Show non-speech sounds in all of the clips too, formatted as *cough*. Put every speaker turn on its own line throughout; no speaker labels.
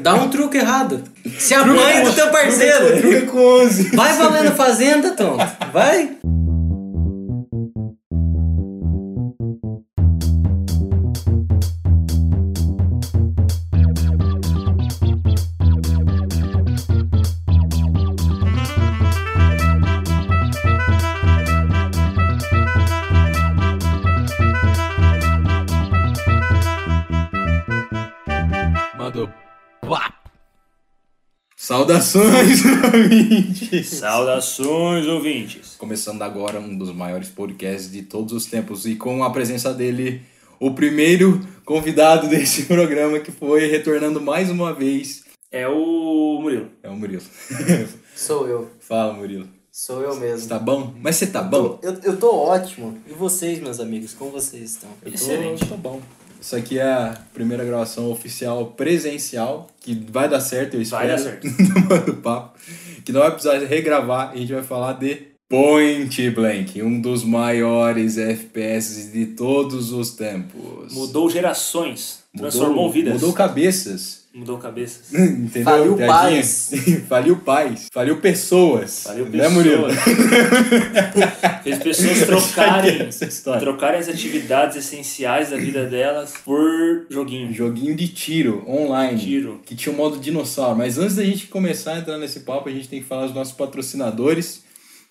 Dá um truque errado. Se apanha do teu parceiro.
Truca com 11.
Vai valendo fazenda, tonto. Vai.
Mandou. Pá.
Saudações, ouvintes.
Saudações, ouvintes.
Começando agora um dos maiores podcasts de todos os tempos e com a presença dele, o primeiro convidado desse *laughs* programa que foi retornando mais uma vez.
É o Murilo.
É o Murilo. *laughs*
Sou eu.
Fala, Murilo.
Sou eu
Você
mesmo.
tá bom? Mas você tá bom?
Eu, eu tô ótimo. E vocês, meus amigos, como vocês estão?
Excelente.
Tá bom. Isso aqui é a primeira gravação oficial presencial, que vai dar certo, eu espero.
Vai dar
*laughs*
certo.
do Mano Papo, que não vai precisar regravar, a gente vai falar de Point Blank, um dos maiores FPS de todos os tempos.
Mudou gerações,
Mudou-
transformou vidas,
Mudou Né, cabeças. *laughs*
mudou cabeças.
Entendeu?
Faliu
Piadinha?
pais.
*laughs* Faliu pais. Faliu pessoas.
Valeu,
Né, Murilo? é
pessoas.
*laughs*
Fez pessoas trocarem,
Essa história.
trocarem as atividades essenciais da vida delas por joguinho.
Joguinho de tiro online.
Tiro.
Que tinha o modo dinossauro. Mas antes da gente começar a entrar nesse papo, a gente tem que falar dos nossos patrocinadores.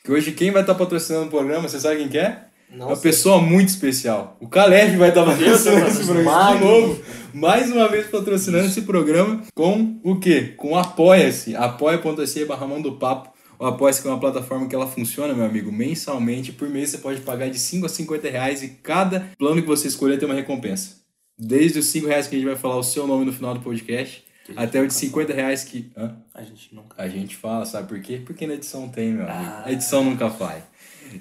Que hoje quem vai estar patrocinando o programa, você sabe quem que é?
Não
é uma pessoa muito especial. O Caleb vai estar patrocinando
Deus,
esse programa de
magno.
novo. Mais uma vez patrocinando esse programa com o quê? Com o Apoia-se. Apoia.se barra Mando Papo. O Apoia-se que é uma plataforma que ela funciona, meu amigo, mensalmente. Por mês você pode pagar de 5 a 50 reais e cada plano que você escolher tem uma recompensa. Desde os 5 reais que a gente vai falar o seu nome no final do podcast, até o de 50 reais que... Hã?
A gente nunca.
A gente fala, sabe por quê? Porque na edição tem, meu amigo.
Ah.
A edição nunca falha.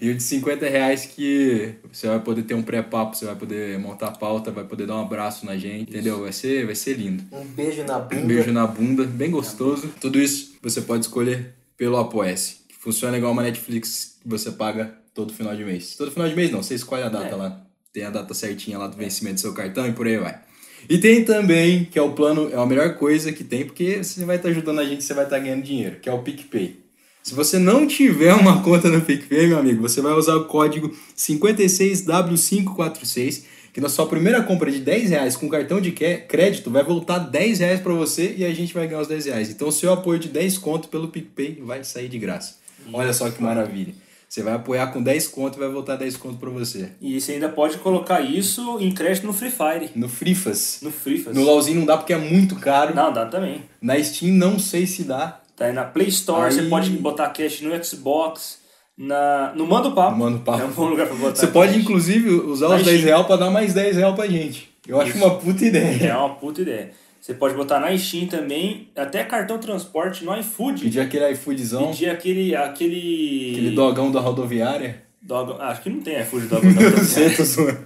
E o de 50 reais que você vai poder ter um pré-papo, você vai poder montar a pauta, vai poder dar um abraço na gente, entendeu? Vai ser, vai ser lindo.
Um beijo na bunda.
Um beijo na bunda, bem gostoso. Tudo isso você pode escolher pelo Apoia-se. que Funciona igual uma Netflix que você paga todo final de mês. Todo final de mês não, você escolhe a data
É.
lá. Tem a data certinha lá do vencimento do seu cartão e por aí vai. E tem também, que é o plano, é a melhor coisa que tem, porque você vai estar ajudando a gente, você vai estar ganhando dinheiro, que é o PicPay. Se você não tiver uma *laughs* conta no PicPay, meu amigo, você vai usar o código 56W546, que na sua primeira compra de 10 reais com cartão de que- crédito vai voltar 10 reais para você e a gente vai ganhar os 10 reais. Então, o seu apoio de 10 conto pelo PicPay vai sair de graça. Olha só que maravilha. Você vai apoiar com 10 conto e vai voltar 10 conto para você.
E você ainda pode colocar isso em crédito no Free Fire,
No Frifas.
no Frifas.
No LOLzinho não dá porque é muito caro.
Não, dá também.
Na Steam não sei se dá.
Tá aí na Play Store,
Aí-
você pode botar cash no Xbox, na... no Manda o Papo.
No Manda o Papo.
É um bom lugar pra botar.
Você pode,
cash.
inclusive, usar
Na
os 10
Steam.
reais pra dar mais 10 reais pra gente. Eu acho
Isso.
uma puta ideia.
É uma puta ideia. Você pode botar na Steam também, até cartão transporte no iFood.
Pedir aquele iFoodzão,
Pedir aquele. aquele.
aquele dogão da rodoviária.
Dog- ah, acho que não tem iFood
*laughs*
dog. não, tá
Sei,
certo.
tô zoando.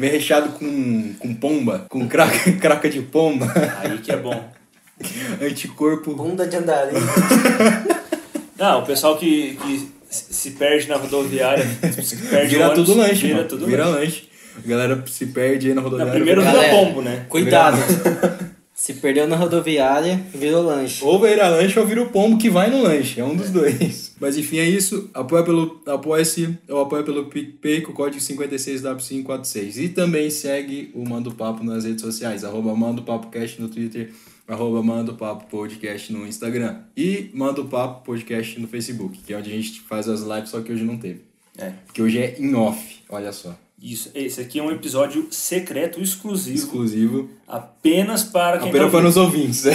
Vem recheado com, com pomba, com craca, *laughs* craca de pomba,
Aí que é bom.
anticorpo.
Bunda de andarim.
Não, o pessoal que, que se perde na rodoviária, se perde o
Vira
ônibus,
tudo lanche,
Vira
mano.
tudo
vira
lanche.
lanche. A galera se perde aí na rodoviária.
Não, primeiro vira
Galera.
pombo, né?
*laughs* Cuidado. Se perdeu na rodoviária, virou lanche.
Ou vira lanche ou vira o pombo que vai no lanche. É um dos dois. *laughs* Mas enfim, é isso. Apoia pelo. Apoia-se. Eu apoio pelo PicPay com o código 56W546. E também segue o Mando Papo nas redes sociais. Arroba Mando Papo Cast no Twitter. Arroba Mando Papo Podcast no Instagram. E Mando Papo Podcast no Facebook, que é onde a gente faz as lives, só que hoje não teve.
É.
Porque hoje é em off. Olha só.
Isso, esse aqui é um episódio secreto, exclusivo,
Exclusivo.
apenas para quem
Apenas
tá
para
ouvindo.
os ouvintes. *laughs* né?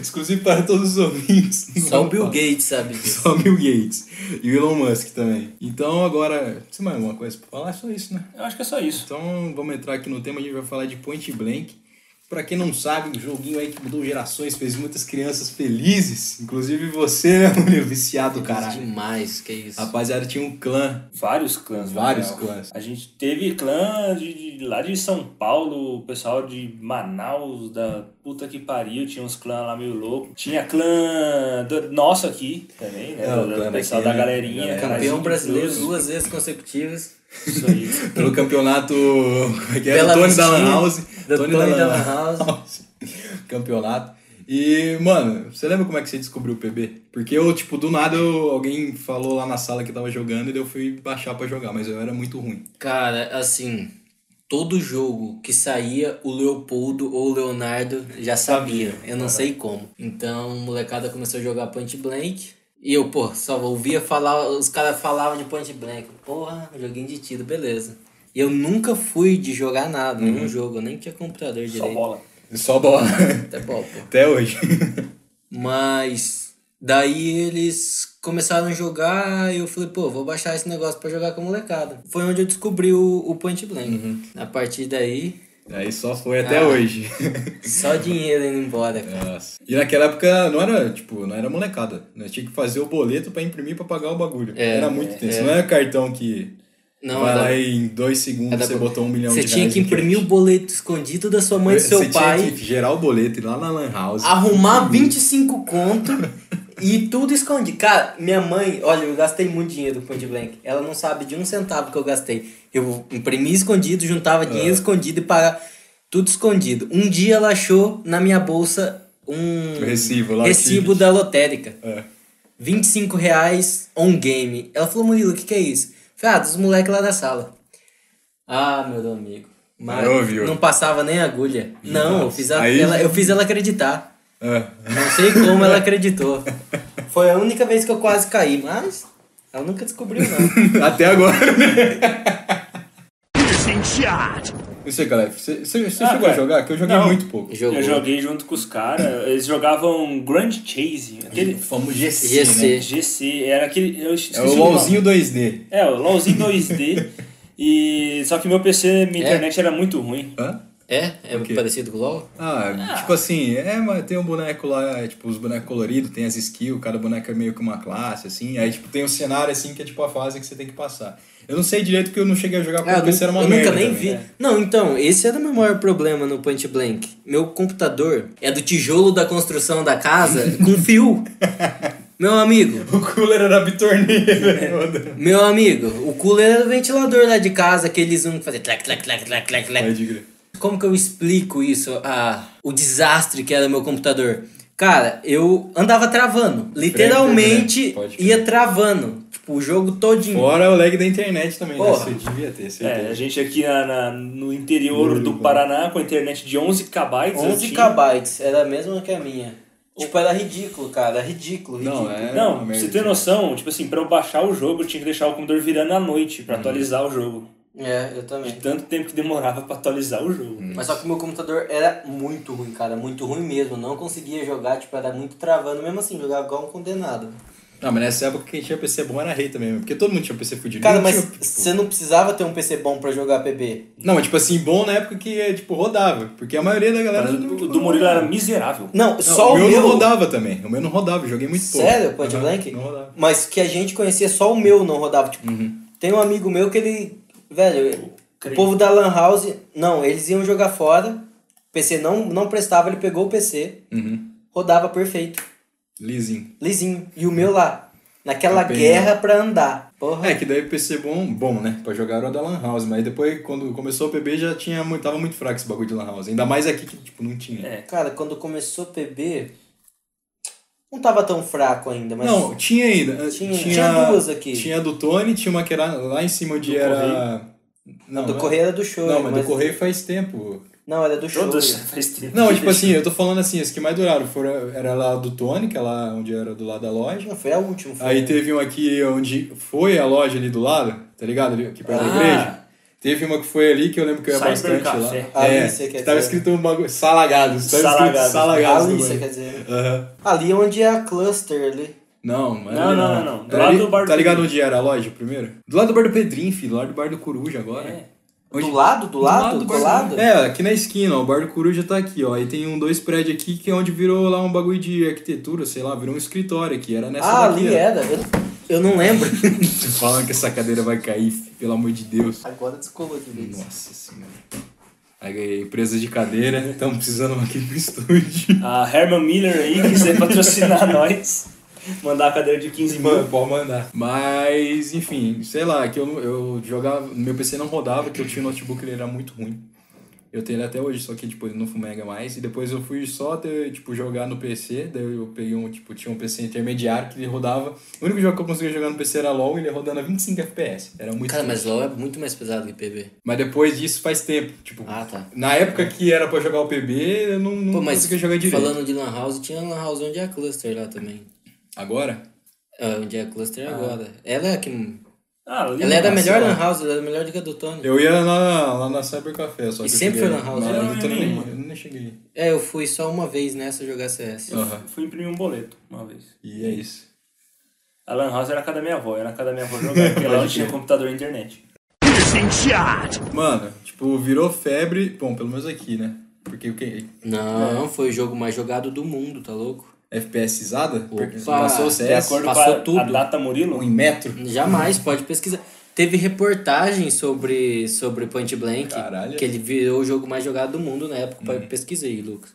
Exclusivo para todos os ouvintes.
Só o Bill
Papo.
Gates sabe disso.
*laughs* Só Bill Gates. E o Elon Musk também. Então agora, se mais alguma coisa pra falar, é só isso, né?
Eu acho que é só isso.
Então vamos entrar aqui no tema, a gente vai falar de Point Blank. Pra quem não sabe, um joguinho aí que mudou gerações, fez muitas crianças felizes. Inclusive você, né, mulher? Viciado, caralho.
Demais, que isso.
Rapaziada, tinha um clã.
Vários clãs. na
Vários
real.
clãs.
A gente teve clã de, de- lá de São Paulo, o pessoal de Manaus, da puta que pariu, tinha uns clãs lá meio louco. Tinha clã do- nosso aqui também, né?
É, o
do,
clã
do pessoal
daqui,
da
né?
galerinha.
Galera.
caralho,
Campeão
de
brasileiro
todos.
duas vezes consecutivas.
Isso aí.
Pelo campeonato. Como é que é?
Pela
Tony da Lan
Vestida,
House.
do Tony da Lan House.
*laughs* Campeonato. E, mano, você lembra como é que você descobriu o PB? Porque eu, tipo, do nada eu- alguém falou lá na sala que tava jogando e daí eu fui baixar pra jogar, mas eu era muito ruim.
Cara, assim, todo jogo que saía, o Leopoldo ou o Leonardo já sabia. Eu não sei como. Então, a molecada começou a jogar Point Blank. E eu, pô, só ouvia falar, os caras falavam de Point Blank. Porra, joguinho de tiro, beleza. E eu nunca fui de jogar nada, nenhum jogo, eu nem tinha computador
Uhum. Só
direito.
*laughs*
bola.
Só bola.
Até bola, pô.
Até hoje. *laughs*
Mas daí eles começaram a jogar e eu falei, pô, vou baixar esse negócio pra jogar com a molecada. Foi onde eu descobri o, o Point Blank.
Uhum.
A partir daí,
Aí só foi até
Ah.
hoje. *laughs*
só dinheiro indo embora, cara.
Nossa. E naquela época não era, tipo, não era molecada. Nós tinha que fazer o boleto pra imprimir pra pagar o bagulho.
É,
era muito
é,
tenso.
é.
Não era cartão que
Não,
vai
era-
lá e em dois segundos
era-
você botou um milhão
Você
de
tinha
reais.
que
no crédito.
imprimir o boleto escondido da sua mãe e do seu
Você
pai,
tinha que gerar o boleto, ir lá na Lan House.
arrumar 25 conto *laughs* e tudo escondido. Cara, minha mãe, olha, eu gastei muito dinheiro com Point Blank. Ela não sabe de um centavo que eu gastei. Eu imprimia escondido, juntava
Ah.
dinheiro escondido e pagava tudo escondido. Um dia ela achou na minha bolsa um
O recibo lá, o
recibo
ticket.
da lotérica.
É.
25 reais on game. Ela falou, Murilo, o que, que é isso? Eu Falei, ah, dos moleques lá da sala. Ah, meu amigo. Mas
Não ouviu.
não passava nem agulha. Não, eu fiz, a-
Aí-
ela, eu fiz ela acreditar.
É. *laughs*
Não sei como ela acreditou. Foi a única vez que eu quase caí, mas ela nunca descobriu, não.
Até agora, né? E você, cara, você, você, você
Ah,
chegou
é.
cara.
a jogar? Que eu joguei
Não.
muito pouco.
Eu joguei junto com os caras, eles jogavam Grand Chase, aquele
famoso GC.
né?
GC.
GC, era aquele. Eu esqueci
né? É o
nome.
LOLzinho 2D.
É, o
*laughs*
LOLzinho 2D. e, só que meu PC, minha
É?
internet era muito ruim.
Hã?
É? É parecido com o LOL?
Ah, tipo assim, é, mas tem um boneco lá, é, tipo, os bonecos coloridos, tem as skills, cada boneco é meio que uma classe, assim. Aí, tipo, tem um cenário, assim, que é tipo a fase que você tem que passar. Eu não sei direito porque eu não cheguei a jogar porque
Ah,
o PC era uma
eu
merda.
nunca nem
também. né?
vi. Não, então, esse era o meu maior problema no Point Blank. Meu computador é do tijolo da construção da casa com fio. Meu amigo,
*laughs* O cooler era
É.
bitorneiro. né?
meu amigo, o cooler era o ventilador lá de casa, aqueles um que fazia clac, clac, clac, clac, clac, clac.
Pode crer.
Como que eu explico isso? Ah, o desastre que era meu computador. Cara, eu andava travando. Literalmente
Pode crer.
ia travando. Tipo, o jogo todinho.
Fora o lag da internet também, né?
Porra.
Você devia ter, certeza.
É, a gente aqui na- na- no interior do Paraná com a internet de assim, 11 KB.
11
né?
KB, era a mesma que a minha. Tipo, era ridículo, cara, ridículo, ridículo.
Não, é.
Não,
uma
pra
merda
você ter
demais.
noção, tipo assim, pra eu baixar o jogo, eu tinha que deixar o computador virando à noite pra atualizar o jogo.
É, Uhum. eu também.
Tanto tempo que demorava pra atualizar o jogo.
Mas só que o meu computador era muito ruim, cara, muito ruim mesmo. Não conseguia jogar, tipo, era muito travando. Mesmo assim, jogava igual um condenado.
Não, mas nessa época quem tinha PC bom era rei também, né? porque todo mundo tinha PC fudido.
Cara,
Não
mas
tinha, tipo,
você não precisava ter um PC bom pra jogar PB.
Não, mas tipo assim, bom na época que, tipo, rodava. Porque a maioria da galera...
Mas o do Murilo era miserável.
Não,
Não,
só
o meu não rodava também. O meu não rodava, eu joguei muito pouco.
Sério, Point
Aham,
Blank?
Não rodava. Uhum.
Mas que a gente conhecia, só o meu não rodava. Tipo, tem um amigo meu que ele. Velho, o povo da Lan House. Não, eles iam jogar fora. O PC não, não prestava, ele pegou o PC,
Uhum.
rodava perfeito.
Lisinho.
Lisinho. E o meu lá. Naquela
Campeão.
guerra pra andar. Porra.
É, que daí o PC bom, bom, né? Pra jogar era o da Lan House, mas depois, quando começou o PB, já tinha, muito- tava muito fraco esse bagulho de Lan House. Ainda mais aqui que, tipo, não tinha.
É.
Cara, quando começou o PB. Não tava tão fraco ainda, mas.
Não, tinha ainda.
Tinha- tinha duas aqui.
Tinha a do Tony, tinha uma que era lá em cima onde
Do
era. Não,
do
não é-
Correio era do show.
Não, mas, do Correio faz tempo.
*laughs* Não, era do show.
Todas *laughs* faz tempo.
Não, tipo assim, eu tô falando assim, as que mais duraram foram, era lá do Tony, que é lá onde era do lado da loja.
Não, foi a última. Foi
Aí teve uma aqui onde foi a loja ali do lado, tá ligado? Ali, aqui perto da
Ah.
igreja. Teve uma que foi ali que eu lembro que eu ia
Cyber
bastante
Café.
lá.
Ah,
é,
isso aí quer
que tava
dizer.
escrito um bagulho. Salagados. Tava escrito
Salagados.
salagados. no
Alícia,
banco.
quer dizer.
Aham.
Ali onde é a cluster ali.
Não, não, era
Não,
ali,
não, não, não. Do
Era
lado
ali-
do bar do
Tá ligado
Pedrinho.
onde era a loja primeiro? Do lado do bar do Pedrinho, filho. Do lado do bar do Coruja agora.
*laughs* É.
Onde-
Do lado? Do lado?
do bar do-
colado?
É, aqui na esquina, ó, o Bar do Coruja tá aqui, ó. E tem um, dois prédios aqui que é onde virou lá um bagulho de arquitetura, sei lá, virou um escritório aqui. Era nessa
ah,
daqui,
ali
é.
*laughs* ó.
era. Eu, eu não lembro.
Falando que essa cadeira vai cair, fi, pelo amor de
*laughs*
Deus.
Agora descolou de vez.
Nossa senhora. Aí, empresa de cadeira, estamos precisando aqui no estúdio.
A Herman Miller aí quiser patrocinar nós, mandar a cadeira de 15 mil.
pode mandar. Mas, enfim, sei lá, que eu, eu jogava. Meu PC não rodava, que eu tinha um notebook, ele era muito ruim. Eu tenho ele até hoje, só que tipo, ele não fumega mais. E depois eu fui só até, tipo, jogar no PC. Daí eu peguei um, tipo, tinha um PC intermediário que ele rodava. O único jogo que eu conseguia jogar no PC era LOL e ele rodando a 25 FPS. Era muito
Cara, mas
triste.
LOL é muito mais pesado que PB.
Mas depois disso faz tempo. Tipo,
Ah, tá.
na época que era pra jogar o PB, eu não, não
Pô, mas
conseguia jogar direito.
falando de Lan House, tinha Lan House onde é a Cluster lá também.
Agora?
Ah, né? onde é a Cluster agora. Ela é a que.
Ah,
Ela era a
Lima,
melhor
sei lá.
Lan House, ela era melhor do que a do Tony.
Eu ia lá, lá na Cybercafé, só
E
que eu
sempre
cheguei-
foi lan house,
na-
né?
eu
Não,
também-
nenhuma.
eu nem cheguei.
É, eu fui só uma vez nessa jogar CS.
Aham.
Fui imprimir um boleto uma vez.
E é isso.
A Lan House era a casa da minha avó, era a casa da minha avó jogar, porque lá não tinha computador e internet.
Mano, tipo, virou febre. Bom, pelo menos aqui, né? Porque o que?
Não, foi o jogo mais jogado do mundo, tá louco?
FPSizada? Porque
Opa,
Passou o
de
De
CS
acordo
Passou
com a,
tudo.
a data Murilo,
em metro.
Jamais, pode pesquisar. Teve reportagem sobre, sobre Point Blank,
Caralho. Uhum.
que ele virou o jogo mais jogado do mundo na época. Pode pesquisar aí, Lucas.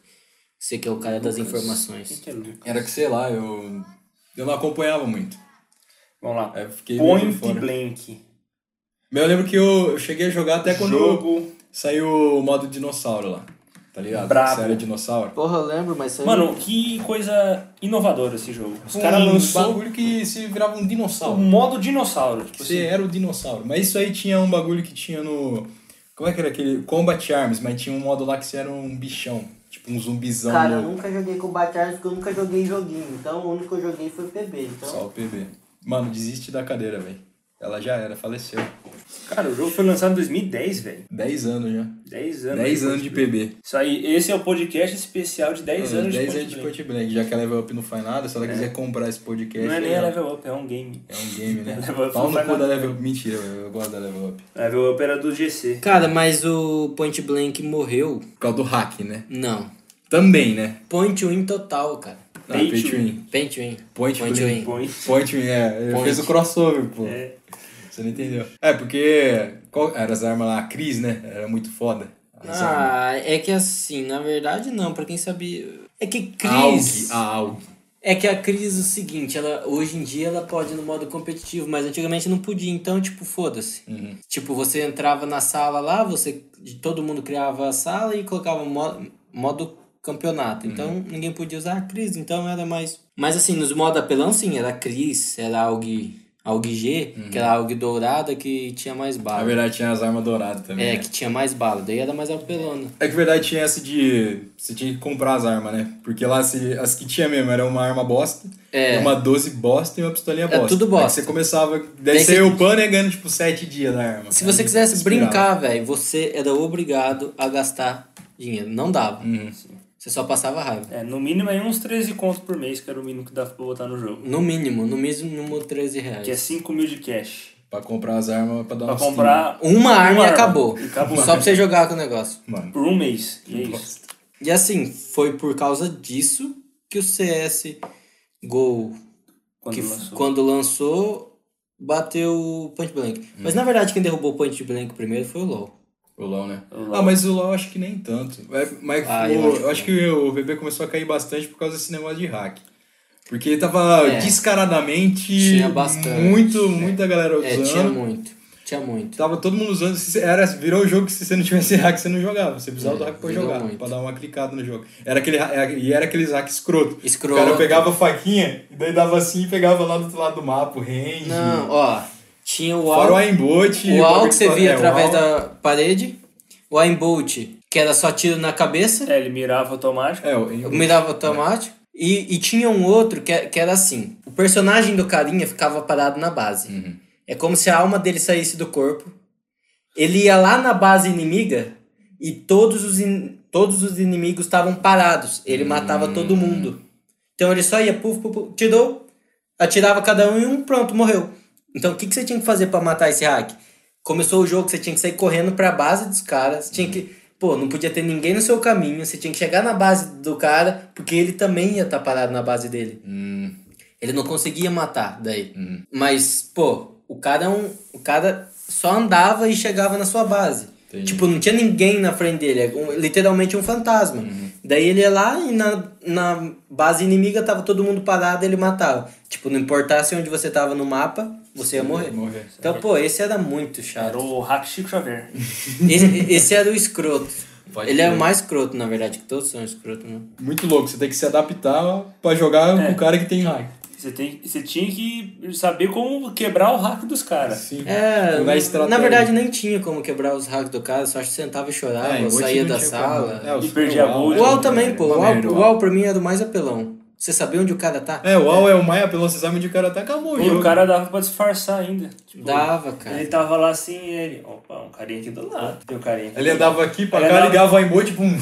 Você que é o cara das informações.
que é louco.
Era que, sei lá, eu. Eu não acompanhava muito.
Vamos lá.
Aí eu fiquei meio
Point
fora.
Blank.
Mas eu lembro que eu, eu cheguei a jogar até quando
Jogo.
saiu o modo dinossauro lá. Tá ligado?
Brabo.
Série dinossauro.
Porra, eu lembro, mas... saiu-
Mano, que coisa inovadora esse jogo. Os caras
um
lançou
bagulho que se virava um
o
dinossauro.
modo dinossauro. Tipo
Você
assim,
era o dinossauro. Mas isso aí tinha um bagulho que tinha no. Como é que era aquele? Combat Arms, mas tinha um modo lá que você era um bichão. Tipo um zumbizão.
Cara, eu
no...
nunca joguei Combat Arms porque eu nunca joguei joguinho. Então, o único que eu joguei foi PB. Então,
Só o PB. Mano, desiste da cadeira, velho. Ela já era, faleceu.
cara, o jogo foi lançado em 2010, velho.
10 anos já.
10 anos.
10 anos de PB.
Isso aí, esse é o podcast especial de 10 anos
10
de
anos de
podcast.
Point
é
Blank. Já que a Level Up não faz nada, se ela quiser comprar esse podcast.
Não é nem
ela-
a level up, é um game.
É um game, né?
*laughs* Level Up
Pau
não
no
faz
cu da
nada.
Level Up. Mentira, eu eu gosto da Level Up.
Level up era do GC.
Cara, mas o Point Blank morreu?
Por causa do hack, né?
Não.
Também, né?
Point Win total, cara.
Ah,
Pay
pay
to
to
win.
win.
Point Win.
Point,
Point
Blank.
Win.
Point.
Point me, é, ele
Point.
fez o crossover, pô.
É.
Você não entendeu. É, porque qual, era as armas lá, a Cris, né? Era muito foda. As armas.
Ah, é que assim, na verdade não, pra quem sabia... É que
AUG,
Cris...
a AUG.
É que a Cris, o seguinte, ela hoje em dia ela pode ir no modo competitivo, mas antigamente não podia, então, tipo, foda-se. Tipo, você entrava na sala lá, você todo mundo criava a sala e colocava modo, modo campeonato. Então, ninguém podia usar a Cris, então era mais... Mas assim, nos modos apelão, sim, era a Cris, era AUG, AUG G, que era a AUG dourada que tinha mais
Na
bala.
É verdade tinha as armas douradas também.
É,
né?
que tinha mais bala, daí era mais apelona.
É que na verdade tinha essa de. Você tinha que comprar as armas, né? Porque lá se, as que tinha mesmo era uma arma bosta,
É.
uma 12 bosta e uma pistolinha bosta.
tudo bosta.
Aí você começava. Daí
Daí
você
você-
ia upando e ganhando tipo 7 dias da arma.
Se
Aí
você quisesse
expirava.
brincar, velho, você era obrigado a gastar dinheiro. Não dava. Você só passava raiva.
É, no mínimo aí uns 13 contos por mês, que era o mínimo que dava pra botar no jogo.
No mínimo, no mínimo 13 reais.
Que é 5 mil de cash.
Pra comprar as armas pra dar
Pra
uma
comprar
Uma arma e acabou.
Acabou.
Só pra você jogar com o negócio.
Mano.
Por um mês. E é isso.
E assim, foi por causa disso que o CS Go,
Quando
que f-
lançou.
quando lançou, bateu o Point Blank. Mas na verdade, quem derrubou o Point Blank primeiro foi o LoL.
O LOL, né?
LOL.
Ah, mas o LOL acho que nem tanto. É, mas
Ah,
o-
eu
eu,
acho que
acho que o VB começou a cair bastante por causa desse negócio de hack. Porque ele tava
É.
descaradamente
Tinha bastante.
muito, muita galera
É, tinha
usando.
muito. Tinha muito.
tava todo mundo usando. se- Era, virou um jogo que se você não tivesse *laughs* hack, você não jogava. Você precisava
É,
do hack pra
virou
jogar,
muito.
pra dar uma clicada no jogo. Era aquele, ha- é, e era aqueles hack escroto.
Escroto.
O cara pegava a faquinha, e daí dava assim e pegava lá do outro lado do mapa, o range.
Não, ó. Tinha o
Hum. Fora o
Al-
aimbot.
O AUG que você
bagulho-
via
é, o
através
AUG.
da parede. O Aimbolt, que era só tiro na cabeça,
É, ele mirava automático.
É, o aimbot.
mirava automático. E, e tinha um outro que, que era assim: o personagem do carinha ficava parado na base.
Uhum.
É como se a alma dele saísse do corpo. Ele ia lá na base inimiga e todos os, in- todos os inimigos estavam parados. Ele matava
Hum.
todo mundo. Então ele só ia, puf, puf, puf, tirou, atirava cada um e um, pronto, morreu. Então o que, que você tinha que fazer pra matar esse hack? Começou o jogo, você tinha que sair correndo pra base dos caras, tinha que. Pô, não podia ter ninguém no seu caminho, você tinha que chegar na base do cara, porque ele também ia estar parado na base dele. Ele não conseguia matar daí.
Uhum.
Mas, pô, o cara é um. O cara só andava e chegava na sua base. Tipo, não tinha ninguém na frente dele. É um- literalmente um fantasma.
Uhum.
Daí ele ia lá e na, na base inimiga tava todo mundo parado ele matava. Tipo, não importasse onde você tava no mapa, você ia morrer.
morrer.
Então, pô, esse era muito
Era
chato. *laughs*
o hack Chico Xavier.
Esse, esse era o escroto.
um- Pode
Ele é
crer.
o mais escroto, na verdade, que todos são escroto, né?
Muito louco, você tem que se adaptar pra jogar
É.
com o cara que tem hack.
Você, tem, você tinha que saber como quebrar o hack dos caras.
Sim.
É,
Não é
na
estratégia.
verdade nem tinha como quebrar os hacks do cara, só sentava e chorava,
Ah,
É, em
saía
Gold não
da
tinha
sala.
como. É,
E perdia
o
gol.
é
O UOL
um-
também, pô.
uma
O
merda,
UOL, o UOL pra mim era o mais apelão. Você sabia onde o cara
*laughs*
tá?
É, o UOL é o Maia pelo você sabe onde o cara tá, acabou o
E
jogo.
o cara dava pra disfarçar ainda. Tipo,
Dava, cara.
Ele tava lá assim, ele. Opa, um carinha aqui do lado. Tem um carinha aqui.
Ele andava aqui pra
Ele
cá,
andava- É.
ligava o emoji, pum.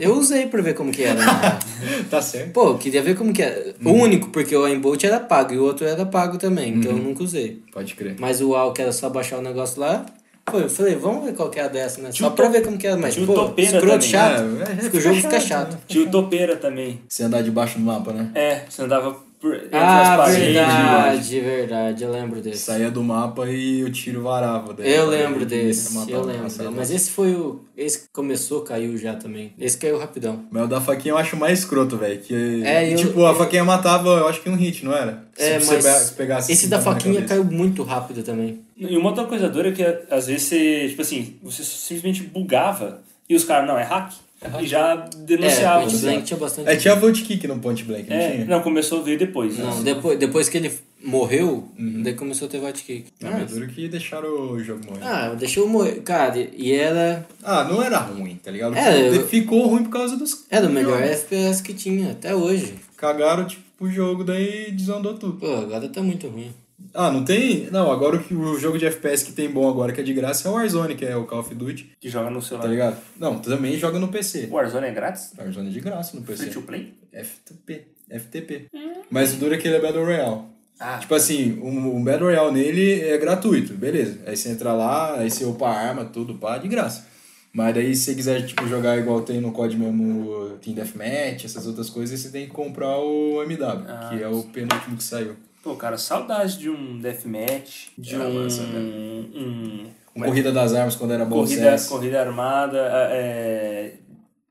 Eu usei pra ver como que era. né?
*laughs* tá certo.
Pô, eu queria ver como que era. O
Uhum.
único, porque o Aimbolt era pago e o outro era pago também, então
Uhum.
eu nunca usei.
Pode crer.
Mas o UOL, que era só baixar o negócio lá, pô, eu falei, vamos ver qual que é a dessa, né?
um
Só pra ver como que era, mas,
tinha o
pô,
topeira
escroto,
também.
chato.
É, é,
Fica-
fica
o jogo fica
*laughs* chato,
chato.
Tinha o topeira também.
Você andar debaixo do mapa, né?
É, você andava por, entre as
Ah,
paredes.
verdade, verdade, eu lembro desse.
Saía do mapa e o tiro varava. daí
Eu
ele
lembro desse,
matava,
eu lembro
matava.
dele. Mas esse foi o. Esse que começou, caiu já também. Esse caiu rapidão.
Mas o da faquinha eu acho mais escroto, velho. Que,
É, eu-
tipo, a faquinha matava, eu acho que um hit, não era?
É,
você
mas.
pe- pegasse
esse
assim,
da
tava na
faquinha
cabeça.
caiu muito rápido também.
E uma outra coisa dura é que às vezes você, tipo assim, você simplesmente bugava e os caras, não, é hack. E já
É,
denunciavam.
Point Blank tinha bastante.
É, tinha volt kick no point blank, não
É,
tinha?
não, começou a ver depois. né?
Não, depois, depois que ele morreu, daí começou a ter White Kick.
Uhum. É meio duro que deixaram o jogo morrer.
Ah, eu deixei o morrer. Cara, e era.
Ah, não era ruim, tá ligado?
É,
Ele
eu-
Ficou ruim por causa dos.
Era o melhor FPS que tinha até hoje.
Cagaram, tipo, o jogo, daí desandou tudo.
Pô, agora tá muito ruim.
Ah, não tem. Não, agora o, que- o jogo de FPS que tem bom agora, que é de graça, é o Warzone, que é o Call of Duty,
Que joga no
tá
celular.
ligado? Não, também joga no PC.
O Warzone é grátis?
Warzone é de graça no PC.
Free to play?
FTP. FTP. Mas o duro é que ele é Battle Royale.
Ah.
Tipo assim, um, um Battle Royale nele é gratuito, beleza. Aí você entra lá, aí você upa a arma, tudo, pá, de graça. Mas daí se você quiser, tipo, jogar igual tem no COD mesmo, Team Deathmatch, essas outras coisas, você tem que comprar o MW,
Ah,
que é o penúltimo que saiu.
Pô, cara, saudade de um deathmatch, de
Era
um,
massa, né?
um-
O Corrida das Armas, quando era bom
corrida,
CS.
corrida armada, é,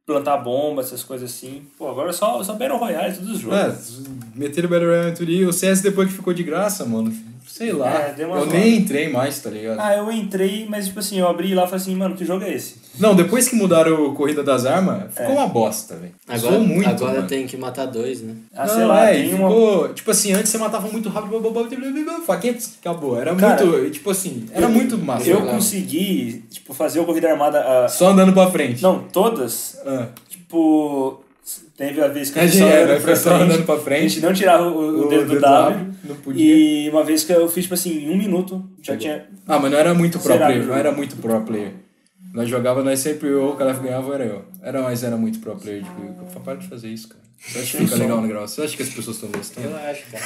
plantar bomba, essas coisas assim. Pô, agora só, só Battle Royale, todos os jogos.
É, meteram o Battle Royale em tudo. E o CS depois que ficou de graça, mano, sei lá.
É, deu uma
eu
zoada.
nem entrei mais, tá ligado?
Ah, eu entrei, mas tipo assim, eu abri lá e falei assim, mano, que jogo é esse?
Não, depois que mudaram o Corrida das Armas, ficou
É.
uma bosta, velho.
Agora,
Zoou muito,
agora
mano.
tem que matar dois, né?
Ah,
não,
sei lá,
é,
tem
e
uma.
ficou... Tipo assim, antes você matava muito rápido, blá, blá, blá, blá, blá, blá, faquinha, pss, acabou. Era
Cara,
muito, tipo assim, era
eu-
muito massa.
Eu
jogar.
consegui, tipo, fazer o Corrida Armada. ah,
Só andando pra frente.
não, todas. *laughs*
Ah,
Tipo. Teve a vez que
É
eu só
dinheiro, é
andava pra
só
frente,
andando pra frente.
A gente não tirava é, o, o dedo do W.
Não podia.
E uma vez que eu fiz, tipo assim, em um minuto, já tinha.
Ah, mas não era muito pro
Será,
player,
viu?
não era muito pro player. Nós jogava, nós sempre, ou o cara ganhava, ou era eu. Era, mas era muito pro player. Tipo, para de fazer isso, cara. Você acha que fica legal no grau? Você acha que as pessoas estão gostando?
Eu acho, cara.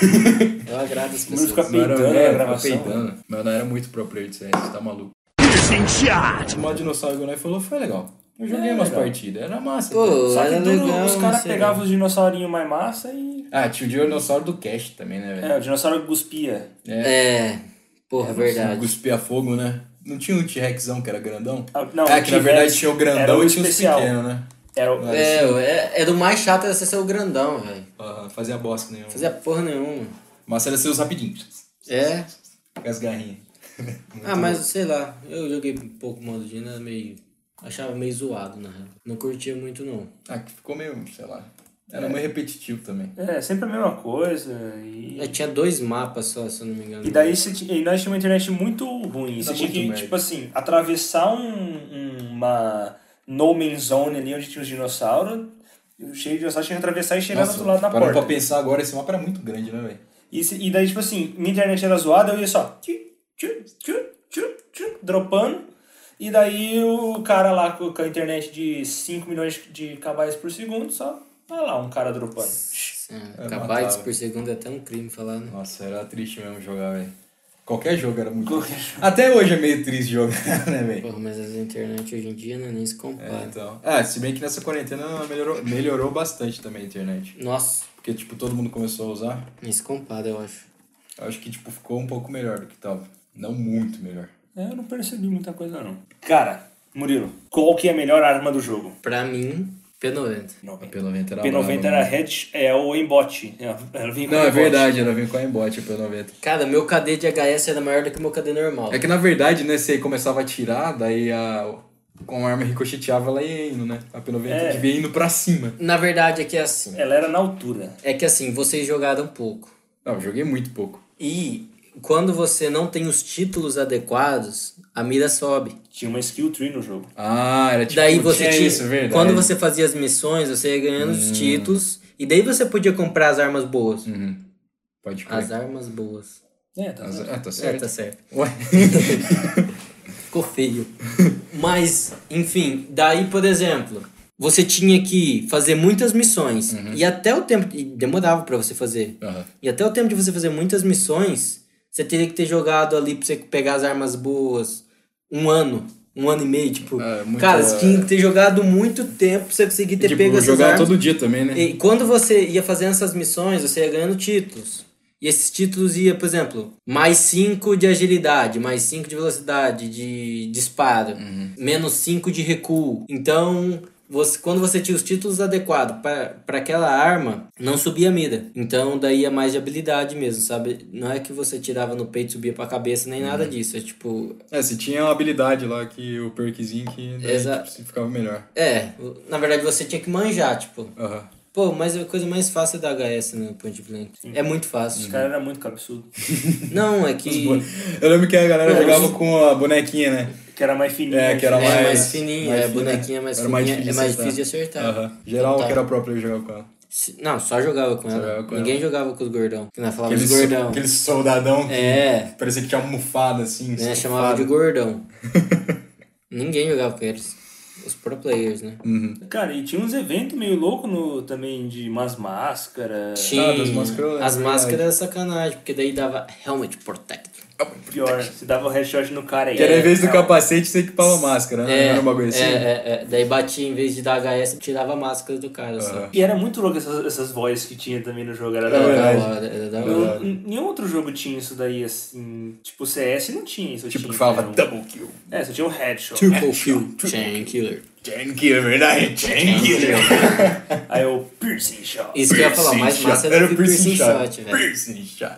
eu agrado as
O número
pessoas.
fica peidando
é,
na
fica
gravação.
peidando. Mas não era muito pro player de CS, tá maluco. O modo dinossauro que nós falou foi É, legal. Eu joguei umas partidas, era massa.
Pô,
cara.
Só que
era
tudo,
legal,
os caras
mas sei lá.
pegavam os dinossaurinhos mais massa e.
Ah, tinha o dinossauro do cast também, né,
É,
velho?
o dinossauro cuspia.
É, porra, verdade.
Cuspia fogo, né? Não tinha um T-Rexão que era grandão?
Ah, Não,
é,
o
que na verdade
T-Rex
tinha o
era
grandão
o
e tinha os
especial.
pequenos, né?
Era o-
É, é, era o mais chato era você ser o grandão, velho.
Aham, fazia bosta nenhuma.
Fazia porra nenhuma.
Mas era seus rapidinhos.
É.
Com as garrinhas. Então-
Ah, mas sei lá, eu joguei um pouco modo de era meio. Achava meio zoado, na real. Não curtia muito, não.
*laughs* Ah, que ficou meio, sei lá. Era meio repetitivo também.
É, sempre a mesma coisa. E,
É
Eu É, tinha dois mapas só, se eu não me engano.
e daí você ti- e nós tínhamos uma internet muito ruim. Você
Era
tinha
muito
que,
merda.
tipo assim, atravessar um- uma no man's zone ali onde tinha os dinossauros. Cheio de dinossauros, tinha que atravessar e chegar do outro lado da
parando pra
porta.
pensar agora, esse mapa era muito grande, né, velho?
E, se- e daí, tipo assim, minha internet era zoada, eu ia só. Tchu, tchu, tchu, tchu, tchu, dropando. E daí o cara lá com com a internet de 5 milhões de kbytes por segundo, só. Tá lá um cara dropando.
É,
Eu
Kbytes
matava.
por segundo é até um crime falar, né?
Nossa, era triste mesmo jogar, velho. Qualquer jogo era muito
Qualquer
Até hoje é meio triste jogar, *laughs* né, velho?
Porra, mas as internet hoje em dia né, nem se
É,
compara.
então. Ah, se bem que nessa quarentena melhorou, melhorou bastante também a internet.
Nossa,
Porque, tipo, todo mundo começou a usar.
nem se compara, eu acho.
Eu acho que, tipo, ficou um pouco melhor do que tava. Não muito melhor.
É, eu não percebi muita coisa, não. Cara, Murilo, qual que é a melhor arma do jogo?
Pra mim, P90.
A P90 era
P90
brava,
era
mano.
head, é o embote. Ela ela vinha com
Não, é
embote.
verdade, ela vem com a embote, a P90.
Cara, meu KD de HS era maior do que meu KD normal.
É que, na verdade, né, você começava a tirar, daí a... com a arma ricocheteava, ela ia indo, né? A P90
É.
devia indo pra cima.
Na verdade é que é assim.
Ela era na altura.
É que assim, vocês jogaram pouco.
Não, eu joguei muito pouco.
E quando você não tem os títulos adequados, a mira sobe.
Tinha uma skill tree no jogo.
Ah, era tipo...
daí você
tinha
tinha-
Tipo, isso, verdade. Hum.
Quando você fazia as missões, você ia ganhando os títulos. E daí você podia comprar as armas boas.
Uhum. Pode crer.
As armas boas.
É, tá
Azar- Ah, tá
É,
certo.
tá certo.
Ué.
Ficou feio. *laughs* Mas, enfim, daí, por exemplo, você tinha que fazer muitas missões. E até o tempo. E demorava pra você fazer.
Uhum. Aham.
E até o tempo de você fazer muitas missões, você teria que ter jogado ali pra você pegar as armas boas um ano, um ano e meio, tipo.
É, muito-
cara, você tinha que ter jogado muito tempo pra você conseguir ter
*laughs* Tipo,
pego essas
jogava
armas.
todo dia também, né?
E quando você ia fazendo essas missões, você ia ganhando títulos. E esses títulos ia, por exemplo, mais 5 de agilidade, mais 5 de velocidade, de disparo, menos 5 de recuo. Então, você, quando você tinha os títulos adequados para aquela arma, não subia a mira. Então, daí é mais de habilidade mesmo, sabe? Não é que você tirava no peito, subia pra cabeça, nem nada disso. É tipo,
É, se tinha uma habilidade lá que o perkzinho que daí,
Exato.
tipo, ficava melhor.
é, na verdade você tinha que manjar, tipo.
Aham.
Pô, mas a coisa mais fácil é da HS no Point Blank. É muito fácil.
O cara era muito cabeçudo.
Não, é que.
Eu lembro que a galera
Não,
jogava com a bonequinha, né?
Que era mais fininho.
É, que era
É mais,
mais
fininha,
mais
é
fina.
bonequinha mais
Era
fininha,
mais
é mais
difícil
difícil de acertar.
Aham. Geral
Total.
que era próprio eu jogava com ela.
Se- Não, só jogava com ela.
jogava com
Ninguém jogava com os gordão. Que nós falava de
Aqueles,
gordão.
aqueles soldadão que
É,
parecia que tinha uma mufada assim.
né? Chamava de
estufada. *laughs*
gordão. Ninguém jogava com eles. Os pro players, né?
Hum.
Cara, e tinha uns eventos meio loucos no, também de umas máscaras.
Tinha.
Ah, das máscaras, é
as
verdade.
máscaras era sacanagem, porque daí dava helmet protector.
Pior, se dava o headshot no cara aí.
Que era em vez do
É,
capacete, você equipava máscara, né? Não era um bagulho assim?
É, é, é. Daí batia, em vez de dar HS, tirava a máscara do cara. Só.
Aham.
E era muito louco essas, essas vozes que tinha também no jogo. Era
É
da hora.
Da
verdade.
hora, era da
Não-
hora.
Verdade.
n- nenhum outro jogo tinha isso daí, assim. Tipo, CS não tinha isso.
Tipo,
tinha,
que falava
não.
double kill.
É, só tinha um headshot. *laughs*
Triple kill. Chain killer.
Chain kill, é
um
verdade? Chain kill.
Aí o piercing shot.
Isso que eu ia falar, mais massa era, o piercing shot, velho.
um Piercing shot.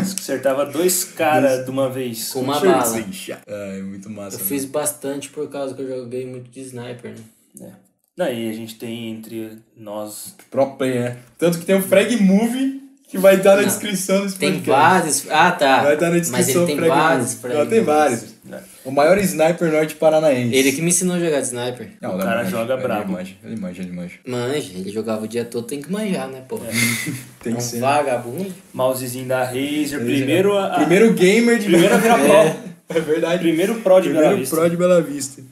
Acertava dois caras de uma vez.
Com uma bala.
Piercing shot. Ah, é muito massa.
Eu
né?
fiz bastante por causa que eu joguei muito de sniper, né?
É. Daí a gente tem entre nós.
Pro player, né? Tanto que tem um frag movie que vai estar na
Não.
descrição desse
Tem
podcast.
vários. Ah, tá.
Vai estar na
Mas ele
descrição do
tem
frag
vários.
movie.
pra
Ela
ele.
tem vários.
né?
O maior sniper norte paranaense.
Ele que me ensinou a jogar de sniper.
Não,
O
não,
cara
manja, ele
joga
é
brabo.
Manja, ele manja, ele manja.
Manja, ele jogava o dia todo, tem que manjar, né, pô?
Tem
É
que
um
ser.
vagabundo.
Mousezinho da Razer. Primeiro a. a-
né? Primeiro gamer de
primeiro a virar pro.
*laughs* É verdade.
Primeiro pro de Bela
Primeiro
Vista.
pro de Bela Vista.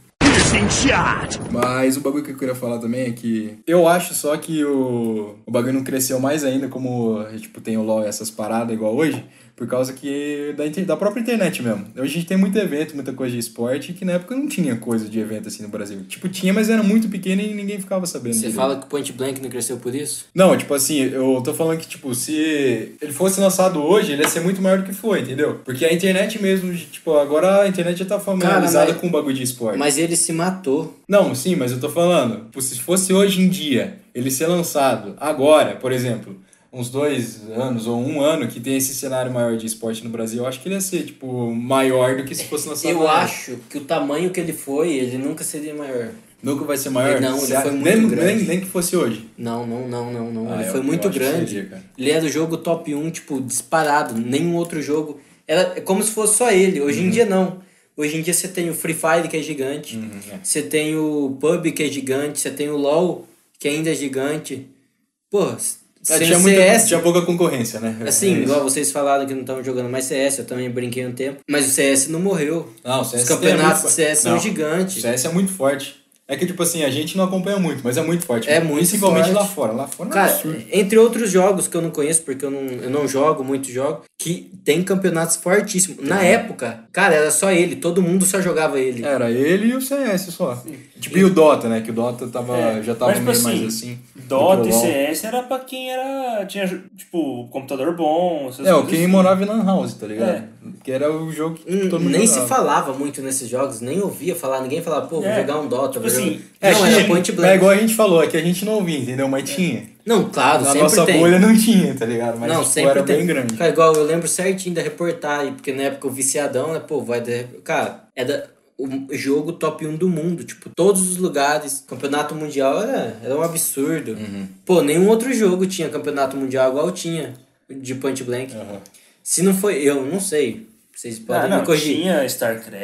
Mas o bagulho que eu queria falar também é que eu acho só que o, o bagulho não cresceu mais ainda, como tipo, tem o LoL e essas paradas igual hoje, por causa que da, inter- da própria internet mesmo. Hoje a gente tem muito evento, muita coisa de esporte, que na época não tinha coisa de evento assim no Brasil. Tipo, tinha, mas era muito pequeno e ninguém ficava sabendo.
Você
direito.
fala que o Point Blank não cresceu por isso?
Não, tipo assim, eu tô falando que, tipo, se ele fosse lançado hoje, ele ia ser muito maior do que foi, entendeu? Porque a internet mesmo, tipo, agora a internet já tá familiarizada
Cara, mas-
com o bagulho de esporte.
Mas ele se matou.
Não, sim, mas eu tô falando, tipo, se fosse hoje em dia, ele ser lançado agora, por exemplo, uns dois anos ou um ano, que tem esse cenário maior de esporte no Brasil, eu acho que ele ia ser, tipo, maior do que se fosse lançado
*laughs* Eu
agora.
acho que o tamanho que ele foi, ele nunca seria maior.
Nunca vai ser maior?
Não, ele
Você-
foi muito
nem,
grande.
Nem, nem que fosse hoje.
Não, não, não, não, não.
Ah,
ele
eu-
foi
eu
muito
acho que
grande.
seria, cara.
ele era o jogo top 1, tipo, disparado. Nenhum outro jogo. Era é como se fosse só ele. Hoje
Uhum.
em dia, não. Hoje em dia você tem o Free Fire, que é gigante.
Uhum,
Você tem o PUB, que é gigante. Você tem o LoL, que ainda é gigante. Pô,
É,
sem
tinha,
o
muita-
CS...
tinha pouca concorrência, né?
*laughs* Assim,
É isso.
igual vocês falaram que não estavam jogando mais CS, eu também brinquei um tempo. Mas o CS não morreu.
Não, o CS
Os
tem
campeonatos
é muito-
de CS são
Não. O
gigantes.
CS é muito forte. É que, tipo assim, a gente não acompanha muito, mas é muito forte.
É muito
Principalmente
forte.
lá fora. Lá fora é um
Cara,
absurdo.
entre outros jogos que eu não conheço, porque eu não, eu não jogo muito jogo, que tem campeonatos fortíssimos. Na época, cara, era só ele, todo mundo só jogava ele.
Era ele e o CS só. Tipo, e o Dota, né? Que o Dota tava,
É,
já tava
mas, tipo
meio
assim,
mais assim. do
Dota
que
e
o LoL.
CS era pra quem era. Tinha, tipo, computador bom. essas
É, o
coisas
quem
assim.
morava em Lan House, tá ligado?
É.
Que era o jogo que
Hum,
todo mundo
nem
jogava.
se falava muito nesses jogos, nem ouvia falar, ninguém falava, pô, vou
É.
jogar um Dota.
Tipo
vou
assim,
jogar-
*laughs* É,
não,
tinha-
era Point
É
Blank.
igual a gente falou, é que a gente não ouvia, entendeu?
É.
Mas tinha.
Não, claro,
Na
Ah, sempre
nossa
tem.
bolha não tinha, tá ligado? Mas
não,
tipo,
sempre
era
tem.
bem grande.
Cara, igual eu lembro certinho da reportagem, porque na época o viciadão, né, pô, vai da. Cara, é da. o jogo top 1 do mundo. Tipo, todos os lugares. Campeonato mundial era, era um absurdo.
Uhum.
Pô, nenhum outro jogo tinha campeonato mundial igual tinha de Point Blank. Se não foi, eu não sei. Vocês podem
Ah, não,
me corrigir.
tinha StarCraft.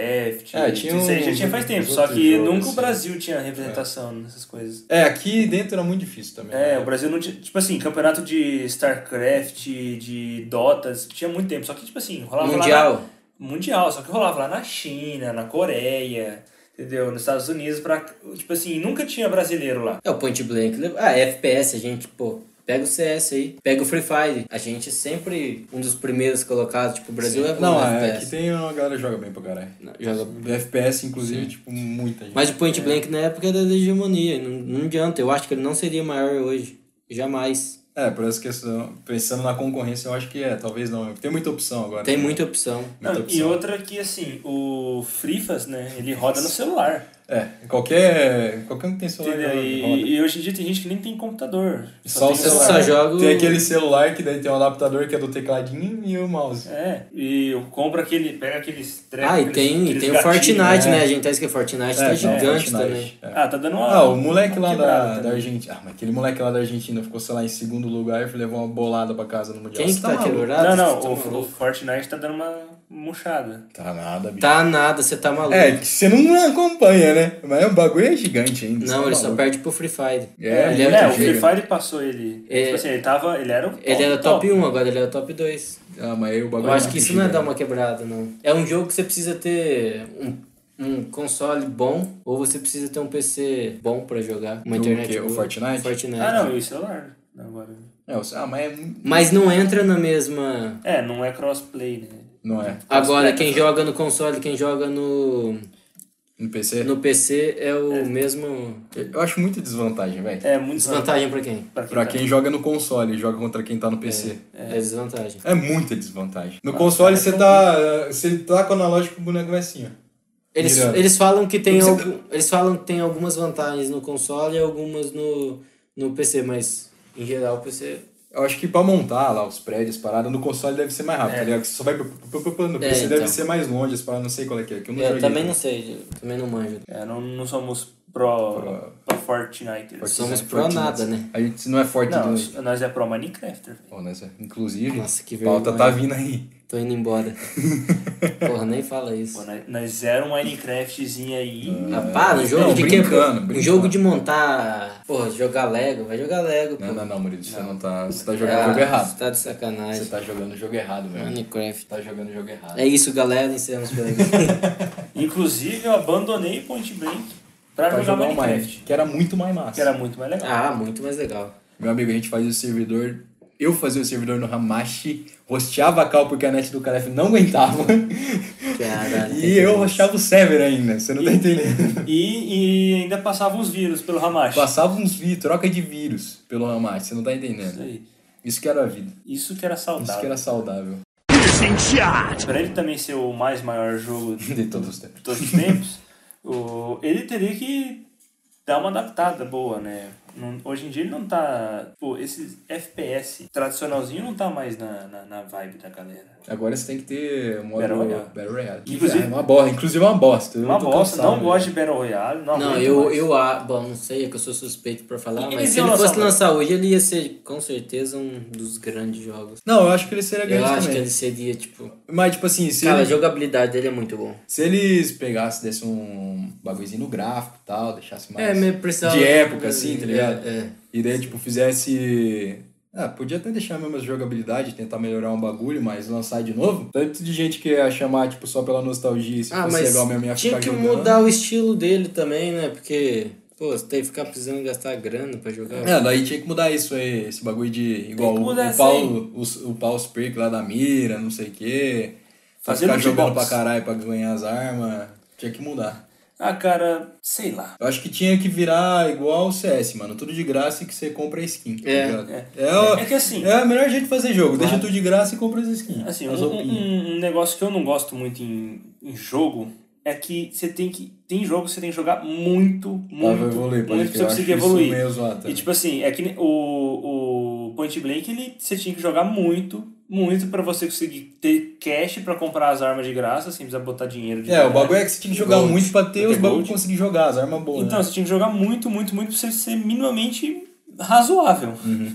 É, tinha
isso aí já
um-
tinha faz tempo.
uns
Só
outros
que
jogos,
nunca o
assim.
Brasil tinha representação nessas coisas.
É, aqui dentro era muito difícil também.
É, o
né?
Brasil não tinha. Tipo assim, campeonato de StarCraft, de Dotas, tinha muito tempo. Só que, tipo assim, rolava lá.
Mundial.
Na, mundial, só que rolava lá na China, na Coreia, entendeu? Nos Estados Unidos, pra. Tipo assim, nunca tinha brasileiro lá.
É o Point Blank. Ah, é FPS, a gente, pô. Pega o CS aí, pega o Free Fire. A gente é sempre um dos primeiros colocados. Tipo, o Brasil é bom
Não,
no
é,
né?
FPS.
aqui tem uma galera que joga bem pra caralho. Tipo, Joga FPS, inclusive, tipo, muita gente.
Mas o Point Blank na época era da hegemonia. Não, não adianta. Eu acho que ele não seria maior hoje. Jamais.
É, por essa questão, pensando na concorrência, eu acho que é, talvez não. Tem muita opção agora.
Tem
né?
muita opção.
Muita
Não,
opção.
e outra que, assim, o Frifas, né? Ele roda no celular.
É, qualquer, qualquer um que tem celular.
Entendeu?
joga, roda.
E, e hoje em dia tem gente que nem tem computador.
Só o
tem
celular.
Só joga o-
Tem aquele celular que daí tem um adaptador que é do tecladinho e o mouse.
É, e compra aquele. Pega aqueles
é,
trecos.
Ah, e
aqueles-
tem, e
aqueles
tem o
gatilhos,
Fortnite,
né?
né? A gente tá esquecendo Fortnite, tá
não,
gigante
É, Fortnite,
também.
é.
Ah, tá dando uma.
Ah, o moleque lá
quebrada
da, da
também.
Argentina. Ah, mas aquele moleque lá da Argentina ficou, sei lá, em segundo lugar e levou uma bolada pra casa no Mundial.
Quem
Você
que tá
maluco?
quebrado? Você
não,
tá
não, o, o
maluco?
Fortnite tá dando uma murchada.
Tá nada, bicho.
Tá nada, você tá maluco.
É, que você não acompanha, né? Mas o bagulho é gigante ainda.
não,
você
ele
tá
só
maluco.
perde pro Free Fire.
É,
ele
é,
era,
o
chega.
Free Fire passou ele.
É.
Tipo assim, ele tava. Ele era o top.
ele era top 1, agora ele é o top 2.
Ah, mas aí o bagulho
Eu acho
é
que isso não é
gigante.
dar uma quebrada, não. É um jogo que você precisa ter um, um console bom ou você precisa ter um PC bom pra jogar. Uma
O
internet
quê? O
boa.
Fortnite?
Fortnite.
Ah, não, e o celular agora.
É, o- ah, mas é muito-
Mas não entra na mesma...
É, não é crossplay, né?
Não é.
Agora,
Crossplay,
quem
né?
joga no console, quem joga no,
No PC.
no PC é o mesmo...
Eu acho muita desvantagem, velho.
É muito
Desvantagem pra quem?
Pra quem,
Pra
tá-
quem joga no console e joga contra quem tá no PC.
É, Ah, desvantagem.
É, muita desvantagem. No console você tá. Você tá com o analógico o boneco vai assim, ó.
Eles,
Mirando.
eles falam que tem
Não
algu-
precisa-
eles falam que tem algumas vantagens no console e algumas no, no PC, mas em geral o PC
Eu acho que pra montar lá os prédios, parada, no console deve ser mais rápido, tá ligado? Porque Você só vai. pu- pu- pu- pu- pu- No
É,
PC deve
então.
ser mais longe, as paradas, não sei qual é que é. Que eu não
Eu
joguei.
também não sei, eu também não manjo.
É, não, não somos pro,
Pro-
pro... Fortnite.
Somos
Fortnite.
pro nada, né?
A gente não é forte
Não,
do.
nós é pro Minecraft. velho.
Pô, nessa- Inclusive,
Nossa, que vergonha.
pauta tá vindo aí.
Tô indo
*laughs*
embora. Porra, nem fala isso.
Pô, nós- Nós era um Minecraftzinho aí.
Ah, para, um jogo
Não,
de quebrar.
brincando, brincando.
Um jogo de montar. Porra, jogar Lego, vai jogar Lego, pô.
Não, não, não, Murilo, você não tá. Você tá jogando o
Ah,
jogo errado.
Você tá de
Você
sacanagem.
tá jogando o jogo errado, velho. Você
Minecraft.
tá jogando o jogo errado.
É isso, galera. Encerramos
*laughs*
por aqui.
Inclusive, eu abandonei Point Blank pra,
Pra
jogar,
jogar o
Minecraft.
Tá Minecraft, que era muito mais massa.
Que era muito mais legal.
ah, muito mais legal.
Meu amigo, a gente fazia o servidor. Eu fazia o servidor no Hamashi, rosteava a cal porque a net do Calef não
*laughs*
aguentava.
é Caralho.
*laughs* e eu rosteava o server ainda, você não tá
*laughs*
entendendo.
E, e ainda passava uns vírus pelo Hamashi.
Passava uns vírus, troca de vírus pelo Hamashi, você não tá
Isso
entendendo.
aí.
Isso que era a vida.
Isso que era
Isso que
saudável.
era saudável.
Pra ele também ser o mais maior jogo de
De todos os tempos.
todos os tempos, *laughs* o- ele teria que dar uma adaptada boa, né? Não- hoje em dia ele não tá. Pô, esses FPS tradicionalzinho não tá mais na, na, na vibe da galera.
Agora você tem que ter um modo
Battle Royale.
Battle Royale.
Inclusive-
é uma bosta. Inclusive é uma bosta. Eu
Uma
tô
bosta,
cansado, né?
não
velho.
gosto de Battle Royale. Não,
Não,
aguento
eu,
mais.
eu ah, bom, não sei, é que eu sou suspeito pra falar,
Eles
mas se
iam
ele
lançar
fosse
um-
lançar hoje, ele ia ser com certeza um dos grandes jogos.
Não, eu acho que ele seria
Eu
grande
acho que
também.
ele seria, tipo.
é-
Mas, tipo assim, se
Cara, a
ele-
jogabilidade dele é muito bom.
Se eles pegassem, dessem um bagulhozinho no gráfico e tal, deixasse mais.
É, meio precisava.
De época, assim, tá ligado?
É, é.
E daí, tipo, fizesse. Ah, podia até deixar a mesma jogabilidade, tentar melhorar um bagulho, mas lançar de novo. Tanto de gente que ia chamar, tipo, só pela nostalgia, se
Ah,
fosse
mas
legal mesmo, ia
tinha
ficar
que
jogando.
mudar o estilo dele também, né? Porque, pô, você tem que ficar precisando gastar grana pra jogar.
É, daí tinha que mudar isso aí, esse bagulho de. Igual
que
o,
mudar
o
isso
Paulo, o, o Paulo Sprick lá da mira, não sei o quê. Pra
Fazer
ficar
loot
jogando pra
box.
caralho pra ganhar as armas. Tinha que mudar.
Ah, cara, sei lá.
Eu acho que tinha que virar igual o CS, mano. Tudo de graça e que você compra a skin. tá
É.
ligado?
É.
É, o-
É que assim-
É o melhor jeito de fazer jogo. Deixa tudo de graça e compra as skins.
Assim,
as
um,
roupinhas.
um- um negócio que eu não gosto muito em, em jogo é que você tem que. Tem jogo que você tem que jogar muito,
Pra
muito.
evoluir, pode
muito
crer.
pra você
Tá, Eu acho
conseguir
isso ah, tá.
evoluir. tipo,
meio zoado também.
E tipo assim, é que ne- o, o Point Blank ele, você tinha que jogar muito, muito pra você conseguir ter cash pra comprar as armas de graça, sem precisar botar dinheiro de
É, o
verdade.
bagulho é que você tinha que jogar
Gold.
muito pra ter
Pra ter
os bagulho
gold.
pra conseguir jogar, as armas boas.
Então,
né?
você tinha que jogar muito, muito, muito pra você ser minimamente razoável.
Uhum.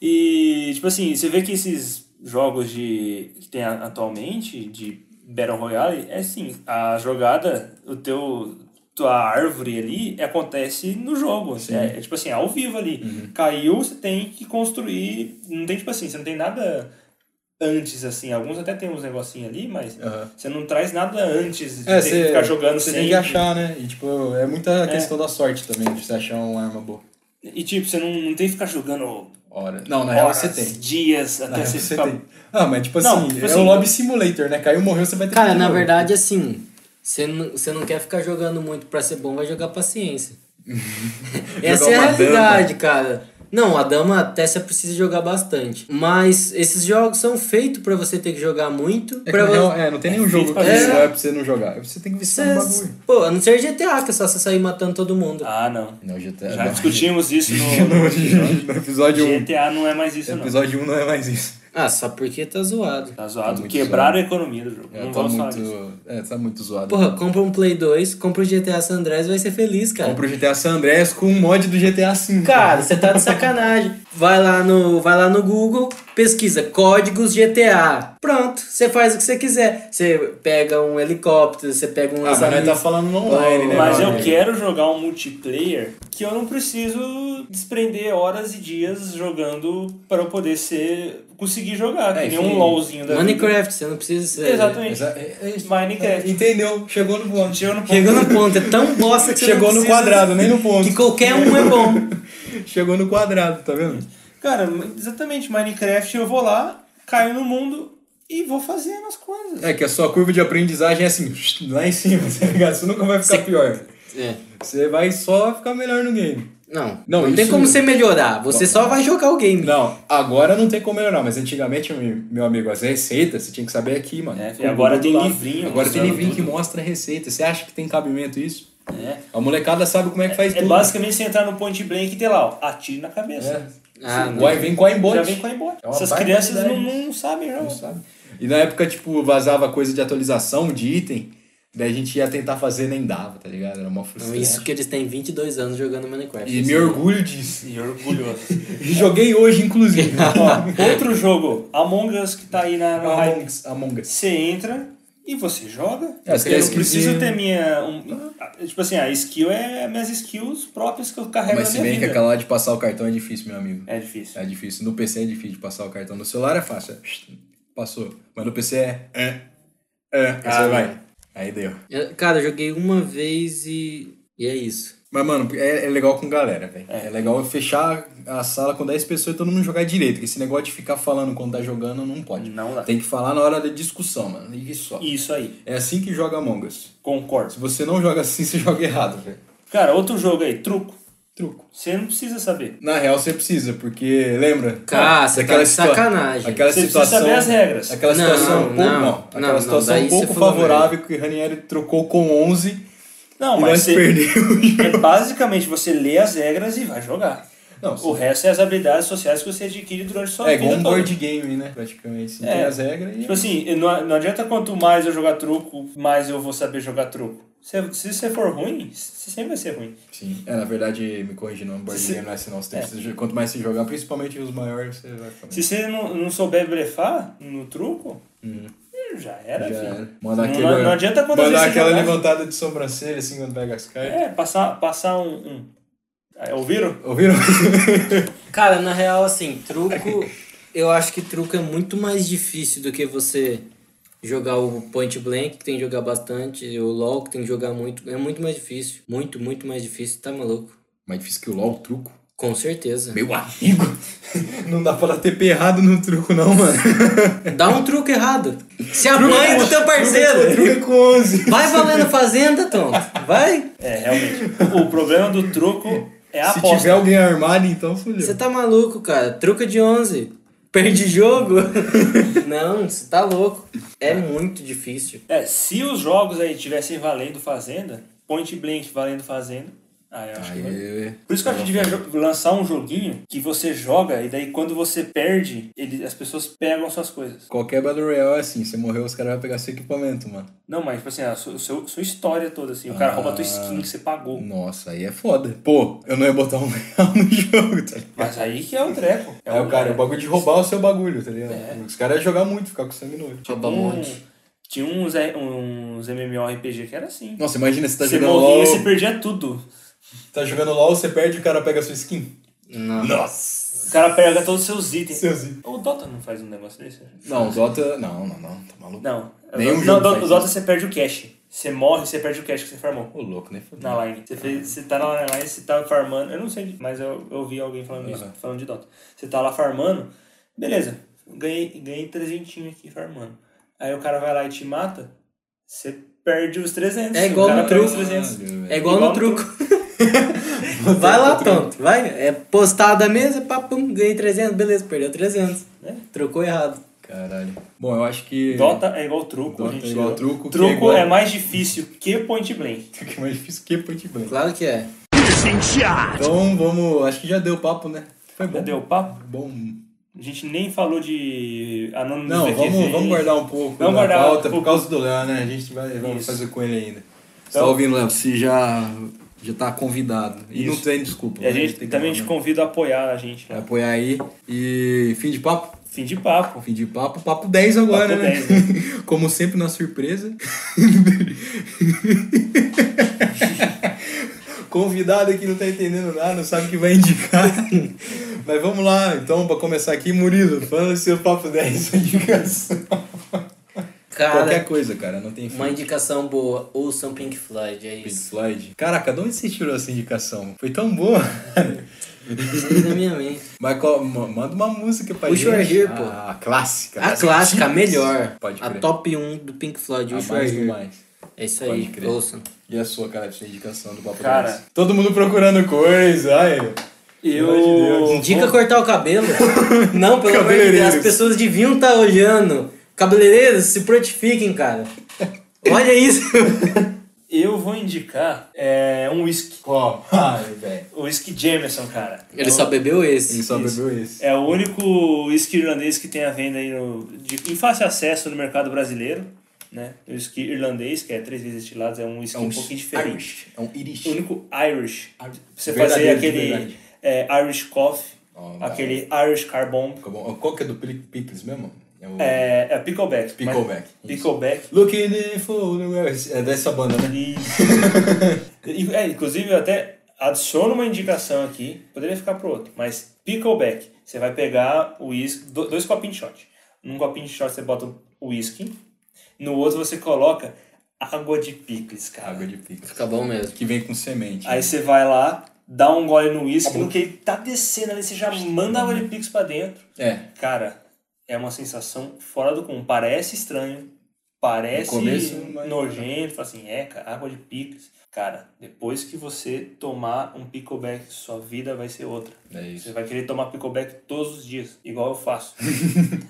E, tipo assim, você vê que esses jogos de que tem a- atualmente, de Battle Royale, é assim, a jogada, o teu tua árvore ali acontece no jogo. É, é tipo assim, ao vivo ali.
Uhum.
Caiu, você tem que construir. Não tem tipo assim, você não tem nada antes, assim. Alguns até tem uns negocinhos ali, mas
Aham.
você não traz nada antes de
É,
ter que ficar jogando
Você
sem
tem que achar, né? E, tipo, é muita questão da sorte também, de você achar uma arma boa.
E tipo, você não, não tem que ficar jogando
Hora. Não, na real
horas,
você tem.
dias
Na
até
real
você
você
ficar.
tem. Ah, mas tipo assim,
Não, tipo
é
assim-
o lobby simulator, né? Caiu, morreu, você vai ter
Cara,
que
na verdade, assim, você não, você não quer ficar jogando muito pra ser bom, vai jogar
*laughs*
paciência. Essa é a
uma dama.
realidade, cara. Não, a dama até você precisa jogar bastante. Mas esses jogos são feitos pra você ter que jogar muito.
É, que
pra
na
vo-
real, é, não tem nenhum jogo que
feito pra
é.
jogar.
não é pra você não jogar. É pra Você tem que
Cê-
viciar no bagulho.
pô, a não ser GTA, que é só você sair matando todo mundo.
Ah, não.
Não, GTA.
Já
não.
discutimos isso
*laughs* No
no
episódio- *laughs* no episódio 1.
GTA, não é mais isso, não.
Episódio 1 não é mais isso.
Ah, só porque tá zoado.
Tá
Tá
zoado.
muito
Quebraram a economia do jogo.
É,
não
tá
vamos falar disso.
muito. É, tá muito zoado.
Porra, compra um Play 2, compra o GTA San Andreas e vai ser feliz, cara.
Compra o GTA San Andreas com um mod do GTA V.
Cara, você tá de sacanagem. Vai lá no, vai lá no Google, pesquisa códigos GTA. Pronto, você faz o que você quiser. Você pega um helicóptero, você pega um
Ah, mas nós tá
lança-míssil.
falando no online, né?
Mas é eu
mano?
quero jogar um multiplayer que eu não preciso desprender horas e dias jogando para eu poder ser. conseguir jogar,
É,
que nem
enfim,
um LOLzinho da vida.
Minecraft, você não precisa ser.
Exatamente.
Exa- é- é isso.
Minecraft.
Entendeu? Chegou no ponto.
Chegou no ponto.
Chegou no ponto, é tão bosta que você
Chegou
não
no
precisa-
quadrado, né? nem no ponto.
Que qualquer um é
*laughs*
bom.
Chegou no quadrado, tá vendo?
Cara, exatamente. Minecraft, eu vou lá, caio no mundo e vou fazendo as coisas.
É que a sua curva de aprendizagem é assim, lá em cima, *laughs* tá ligado? Você nunca vai ficar pior.
É.
Você vai só ficar melhor no game.
Não,
Não,
não, tem
isso-
como você melhorar. Você só vai jogar o game.
Não, agora não tem como melhorar, mas antigamente, meu meu amigo, as receitas você tinha que saber aqui, mano.
É,
Como
agora
tudo
tem livrinho
Agora tem
mostrando
livrinho que
tudo.
mostra a receita. Você acha que tem cabimento isso?
É.
A molecada sabe como é que faz
É
tudo.
basicamente você entrar no point blank e ter lá, ó, atire na cabeça.
É.
Ah, não.
Vai, vem com a
Já
embote.
vem com a embora.
É uma
Essas crianças não,
barbaridade.
não sabem
Não
jogar.
sabe. E na época, tipo, vazava coisa de atualização de item, daí a gente ia tentar fazer nem dava, tá ligado? Era uma
Então,
frustração.
Isso que eles têm 22 anos jogando Minecraft.
E
Isso
me
é-
orgulho disso.
E orgulhoso.
Joguei hoje,
*laughs*
inclusive.
*laughs* ó, outro jogo, Among Us, que tá aí na na
Among
hype.
Us. Among Us.
Você entra e você joga.
É, você
eu
tem
não preciso
skillzinha.
ter minha... um- ah, tipo assim, a skill é minhas skills próprias que eu carrego
Mas
na
se
minha
bem que
vida.
aquela lá de passar o cartão é difícil, meu amigo.
É difícil.
É difícil. No PC é difícil de passar o cartão. No celular é fácil. é, Passou. Mas no PC é. É. É. Aí
Ah,
você vai. Aí deu.
Eu- Cara, eu joguei uma vez e. E é isso.
Mas, mano, é, é legal com galera, velho. É. legal fechar a sala com 10 pessoas e todo mundo jogar direito. Porque esse negócio de ficar falando quando tá jogando não pode.
Não dá.
Tem que falar na hora da discussão, mano. E só.
Isso aí.
É assim que joga Among Us.
Concordo.
Se você não joga assim, *laughs* você joga errado, velho.
Cara, outro jogo aí, truco.
Truco.
Você não precisa saber.
Na real, você precisa, porque lembra?
Cara, você tá
Daquela
de
situa-
sacanagem.
Aquela
Você precisa
situação,
saber as regras.
Aquela
Não,
situação um
não,
pouco, não,
não,
aquela
não,
situação um
daí
pouco
você falou
favorável que o Ranieri trocou com 11
Não,
e
mas
nós
você... *laughs*
perdeu.
É basicamente você lê as regras e vai jogar.
Não,
O resto é as habilidades sociais que você adquire durante
é
sua Tá vida
igual um
toda.
board game, né? Praticamente. Você Tem
É.
as regras e...
Tipo assim, não, não adianta quanto mais eu jogar truco, mais eu vou saber jogar truco. Se, se você for ruim, você sempre vai ser ruim.
Sim. É, na verdade, me corrigindo, um board
assim, Se-
game não é sinal. Você tem que se- Quanto mais você jogar, principalmente os maiores, você vai ficar...
Se você não, não souber blefar no truco, hum, já era,
Já
filho.
era. Mandar
Não-
aquele-
não adianta quando
Mandar
você
aquela
jogar.
levantada de sobrancelha, assim, quando pega as cartas.
É, passar, passar um... um. Ah, Ouviram?
Ouviram? *laughs*
Cara, na real, assim, truco. eu acho que truco é muito mais difícil do que você jogar o point blank, que tem que jogar bastante, o LOL, que tem que jogar muito. É muito mais difícil. Muito, muito mais difícil. Tá maluco?
Mais difícil que o LOL, o truco.
Com certeza.
Meu amigo! *laughs* Não dá pra dar TP errado no truco, não,
*laughs*
mano.
Dá um truco errado. Se apanha do teu
Truco, é
é
parceiro.
truco com 11.
Vai valendo fazenda, tonto. Vai.
É, realmente. o problema do truco é a
Se
aposta.
tiver alguém armado, então
Você
fudeu.
tá maluco, cara. Truca de 11. Perde jogo. Não, você tá louco. É muito difícil.
um-
É, se os jogos aí tivessem valendo Fazenda, Point Blank valendo Fazenda, Ah, eu acho que vai.
Aí,
Por isso que eu acho que devia jo- lançar um joguinho que você joga e daí quando você perde, ele, as pessoas pegam suas coisas.
qualquer Battle Royale é assim, você morreu, os caras vão pegar seu equipamento, mano.
Não, mas tipo assim, a sua, seu- sua história toda, assim. O cara rouba a tua skin que você pagou.
Nossa, aí é foda. Pô, eu não ia botar um *laughs* real no jogo, tá ligado?
Mas aí que é o treco.
É o cara, é o bagulho de roubar o seu bagulho, tá ligado?
É.
Os caras iam jogar muito, ficar com sangue no olho.
Rouba
Um-
monte.
Tinha uns, é, uns MMORPG que era assim.
Nossa, imagina, você tá
você
jogando
morria
LOL,
e você perdia tudo.
tá jogando LOL, você perde e o cara pega a sua skin.
Não.
Nossa!
O cara pega todos os seus itens.
Seus itens.
O Dota não faz um negócio desse?
Não, Dota... Não, não, não, tá maluco?
Não.
Nenhum
não,
jogo
Dota-
faz
o Dota você perde o cash. Você morre, você perde o cash que você farmou.
Ô, louco, né? Foda.
Na line. Você, fez, você tá na line, você tá farmando. Eu não sei, mas eu, eu ouvi alguém falando
Uhum.
isso, falando de Dota. Você tá lá farmando, beleza. Ganhei, ganhei 300 aqui farmando. Aí o cara vai lá e te mata, você perde os 300.
É igual
o cara
no
perde os
truco.
300.
É igual,
Igual
no
no
truco. *laughs* vai lá, tonto. Vai. É postar da mesa, papum, ganhei 300, beleza, perdeu 300.
É.
Trocou errado.
Caralho. Bom, eu acho que... *laughs*
Dota é igual truco,
Hum. Dota
gente.
é igual truco, que
Truco
é igual-
é mais difícil que point blank.
O que é mais difícil que é point blank.
Claro que é.
Então, vamos... Acho que já deu papo, né? Foi bom.
Já deu papo?
Bom...
A gente nem falou de anônimo
Não, vamos, vamos guardar um pouco
Vamos
da
guardar um
pauta por
pouco.
causa do Léo, né? A gente vai vamos
Isso.
fazer com ele ainda. Você
Então-
tá ouvindo, Léo? Você já, já tá convidado. E não
Isso.
tem desculpa.
E a
né?
gente
tem que É.
também te
falar, né?
convida a apoiar a gente. lá.
Apoiar aí. E fim de papo?
Fim de papo.
Fim de papo. Papo 10 agora,
Papo
né?
10,
*laughs* Como sempre, na
*laughs*
surpresa. Convidado aqui não tá entendendo nada, não sabe o que vai indicar. Mas vamos lá, então, pra começar aqui, Murilo, fala seu papo 10, a *laughs* indicação. Qualquer
Cara,
coisa, cara, não tem fim.
uma indicação boa. Ouçam Pink Floyd, é
Pink
isso.
Floyd. Caraca, de onde você tirou essa indicação? Foi tão boa.
Isso na minha mente.
*laughs* Mas qual- ma- manda uma música pra
Wish
gente.
You're Here, pô.
Ah, A clássica.
A
Das
clássica, a
antigas.
melhor.
Pode
a
crer.
top 1 do Pink Floyd.
A
Wish
mais
Were
do
Here.
mais.
É isso
Pode
aí,
crer.
ouçam.
E a sua, cara, essa indicação do Papo
Cara.
10? Todo mundo procurando coisa. Ai. Pelo amor de
Eu.
Deus.
Indica cortar o cabelo. Não, pelo amor de Deus.
Cabeleireiros.
As pessoas deviam estar olhando. Cabeleireiros, se prontifiquem, cara. Olha isso.
Eu vou indicar é, um whisky.
Qual? Ai, velho.
O whisky Jameson, cara.
Ele
é
só
o,
bebeu esse.
Ele só
Isso.
bebeu esse.
É o único whisky irlandês que tem à venda aí no, de, em fácil acesso no mercado brasileiro. Né? O whisky irlandês, que é três vezes destilado, é um whisky um pouquinho
Irish.
diferente.
É um Irish. É
O único Irish. Pra Você fazer
Verdadeiro, de
aquele
verdade.
é, Irish Coffee,
Ó,
aquele Irish Car Bomb.
Ficou bom. Qual que é do Pic- Pickles mesmo? É o...
É, é Pickleback. mas-
Pickleback, isso.
Pickleback.
Looking for the world. É dessa banda, né?
*laughs* E- E- é, inclusive, eu até adiciono uma indicação aqui, poderia ficar pro outro, mas pickleback. Você vai pegar o uísque, do- dois copinhos de shot. Num copinho de shot você bota o uísque, no outro você coloca água de picles, cara.
Água de Pickles.
Fica bom mesmo.
Que vem com semente. né?
Aí você vai lá, dá um gole no uísque, no que ele tá descendo ali, você já manda água de picles pra dentro.
É.
Cara, é uma sensação fora do comum. Parece estranho, parece
No começo, né? mas-
nojento, fala assim, é, cara, água de picles. Cara, depois que você tomar um pickleback, sua vida vai ser outra.
É isso.
Você vai querer tomar pickleback todos os dias, igual eu
*laughs*
faço.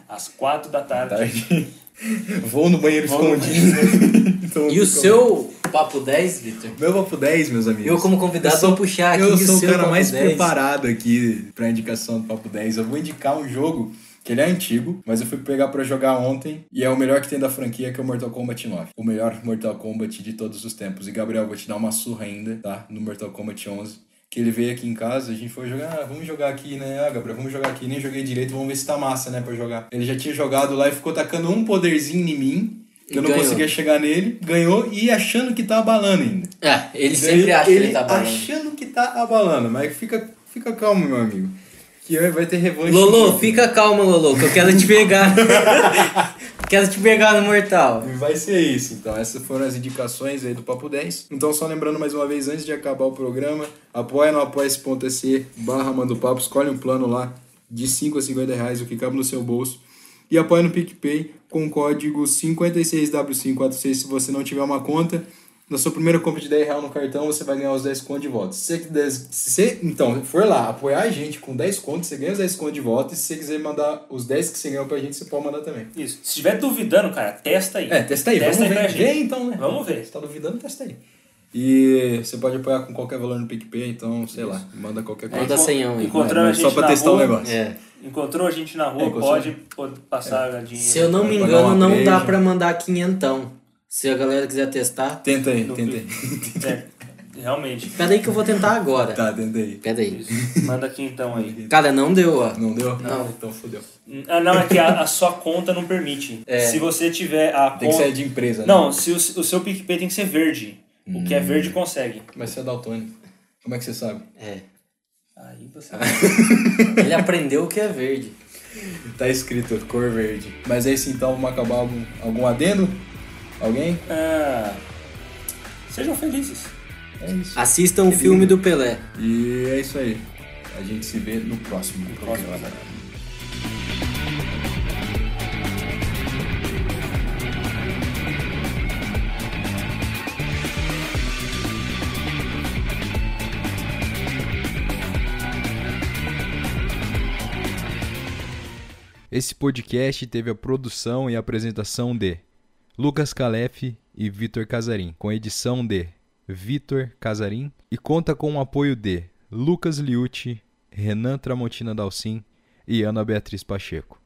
Às quatro da
Tá
tarde.
Tarde. *laughs* Vou no banheiro
Vou no
escondido. *laughs* Então,
E o
fica-
seu papo 10, Victor?
Meu papo 10, meus amigos.
Eu, como convidado,
Eu sou-
vou puxar aqui
Eu
o
sou o
seu
cara
papo
mais
10.
preparado aqui pra indicação do Papo 10. Eu vou indicar um jogo que ele é antigo, mas eu fui pegar pra jogar ontem e é o melhor que tem da franquia, que é o Mortal Kombat 9. O melhor Mortal Kombat de todos os tempos. E, Gabriel, eu vou te dar uma surra ainda, tá? No Mortal Kombat 11. Que ele veio aqui em casa, a gente foi jogar, ah, vamos jogar aqui, né? Ah, Gabriel, vamos jogar aqui. Nem joguei direito, vamos ver se tá massa, né? Pra jogar. Ele já tinha jogado lá e ficou tacando um poderzinho em mim, que eu não
Ganhou.
conseguia chegar nele. Ganhou e achando que tá abalando ainda.
É, ele
Daí
sempre acha que ele tá bom.
achando que tá abalando, mas fica, fica calmo, meu amigo. Que vai ter revanche.
Lolo, fica calma, Lolo, que eu quero te
*laughs*
pegar. quero te pegar no mortal.
E vai ser isso, então. Essas foram as indicações aí do Papo 10. Então, só lembrando mais uma vez, antes de acabar o programa, apoia no apoia.se barra Manda o Papo, escolhe um plano lá de 5 a 50 reais, o que cabe no seu bolso. E apoia no PicPay com o código 56W546 se você não tiver uma conta. Na sua primeira compra de 10 reais no cartão, você vai ganhar os 10 contos de voto. Se você, quiser- se você, então, for lá apoiar a gente com 10 contos, você ganha os 10 contos de voto. E se você quiser mandar os 10 que você ganhou pra gente, você pode mandar também.
Isso. Se estiver duvidando, cara, testa aí.
É, testa aí,
Testa
vamos
aí
ver.
pra gente.
Vê então, né?
Vamos ver.
Você tá duvidando, testa aí. E você pode apoiar com qualquer valor no PicPay, então, sei lá, manda qualquer coisa.
Manda
Encon-
senhão aí.
Encontrou
É,
a
mas
gente
só pra
na
testar
rua,
o negócio.
É.
Encontrou a gente na rua,
É, encontrou- É.
pode, pode passar dinheiro.
Se eu não me
Vai dar
engano,
uma
não
breja.
dá pra mandar quinhentão. Se a galera quiser testar,
Tenta aí,
No
tenta aí. *laughs*
É, realmente.
pera aí que eu vou tentar agora.
Tá, tenta aí.
Pera aí.
Isso. Manda aqui então aí.
Cara, não deu, ó.
Não deu?
Não.
Então fodeu.
Ah, não, é que a, a sua conta não permite. Se você tiver a
É. Tem que
conta.
ser de Hum. empresa, né?
Não, se o, o seu PicPay tem que ser verde. O que é verde consegue.
Mas você é daltônico. Como é que você sabe?
É.
Aí
*laughs*
você.
Ele aprendeu o que é verde.
Tá escrito, cor verde. Mas é isso então, vamos acabar algum, algum adendo? Alguém?
Ah, sejam felizes.
É isso.
Assista um filme do Pelé.
E é isso aí. A gente se vê no próximo programa.
Esse podcast teve a produção e apresentação de Lucas Calef e Vitor Casarim, com edição de Vitor Casarim e conta com o apoio de Lucas Liucci, Renan Tramontina Dalcin e Ana Beatriz Pacheco.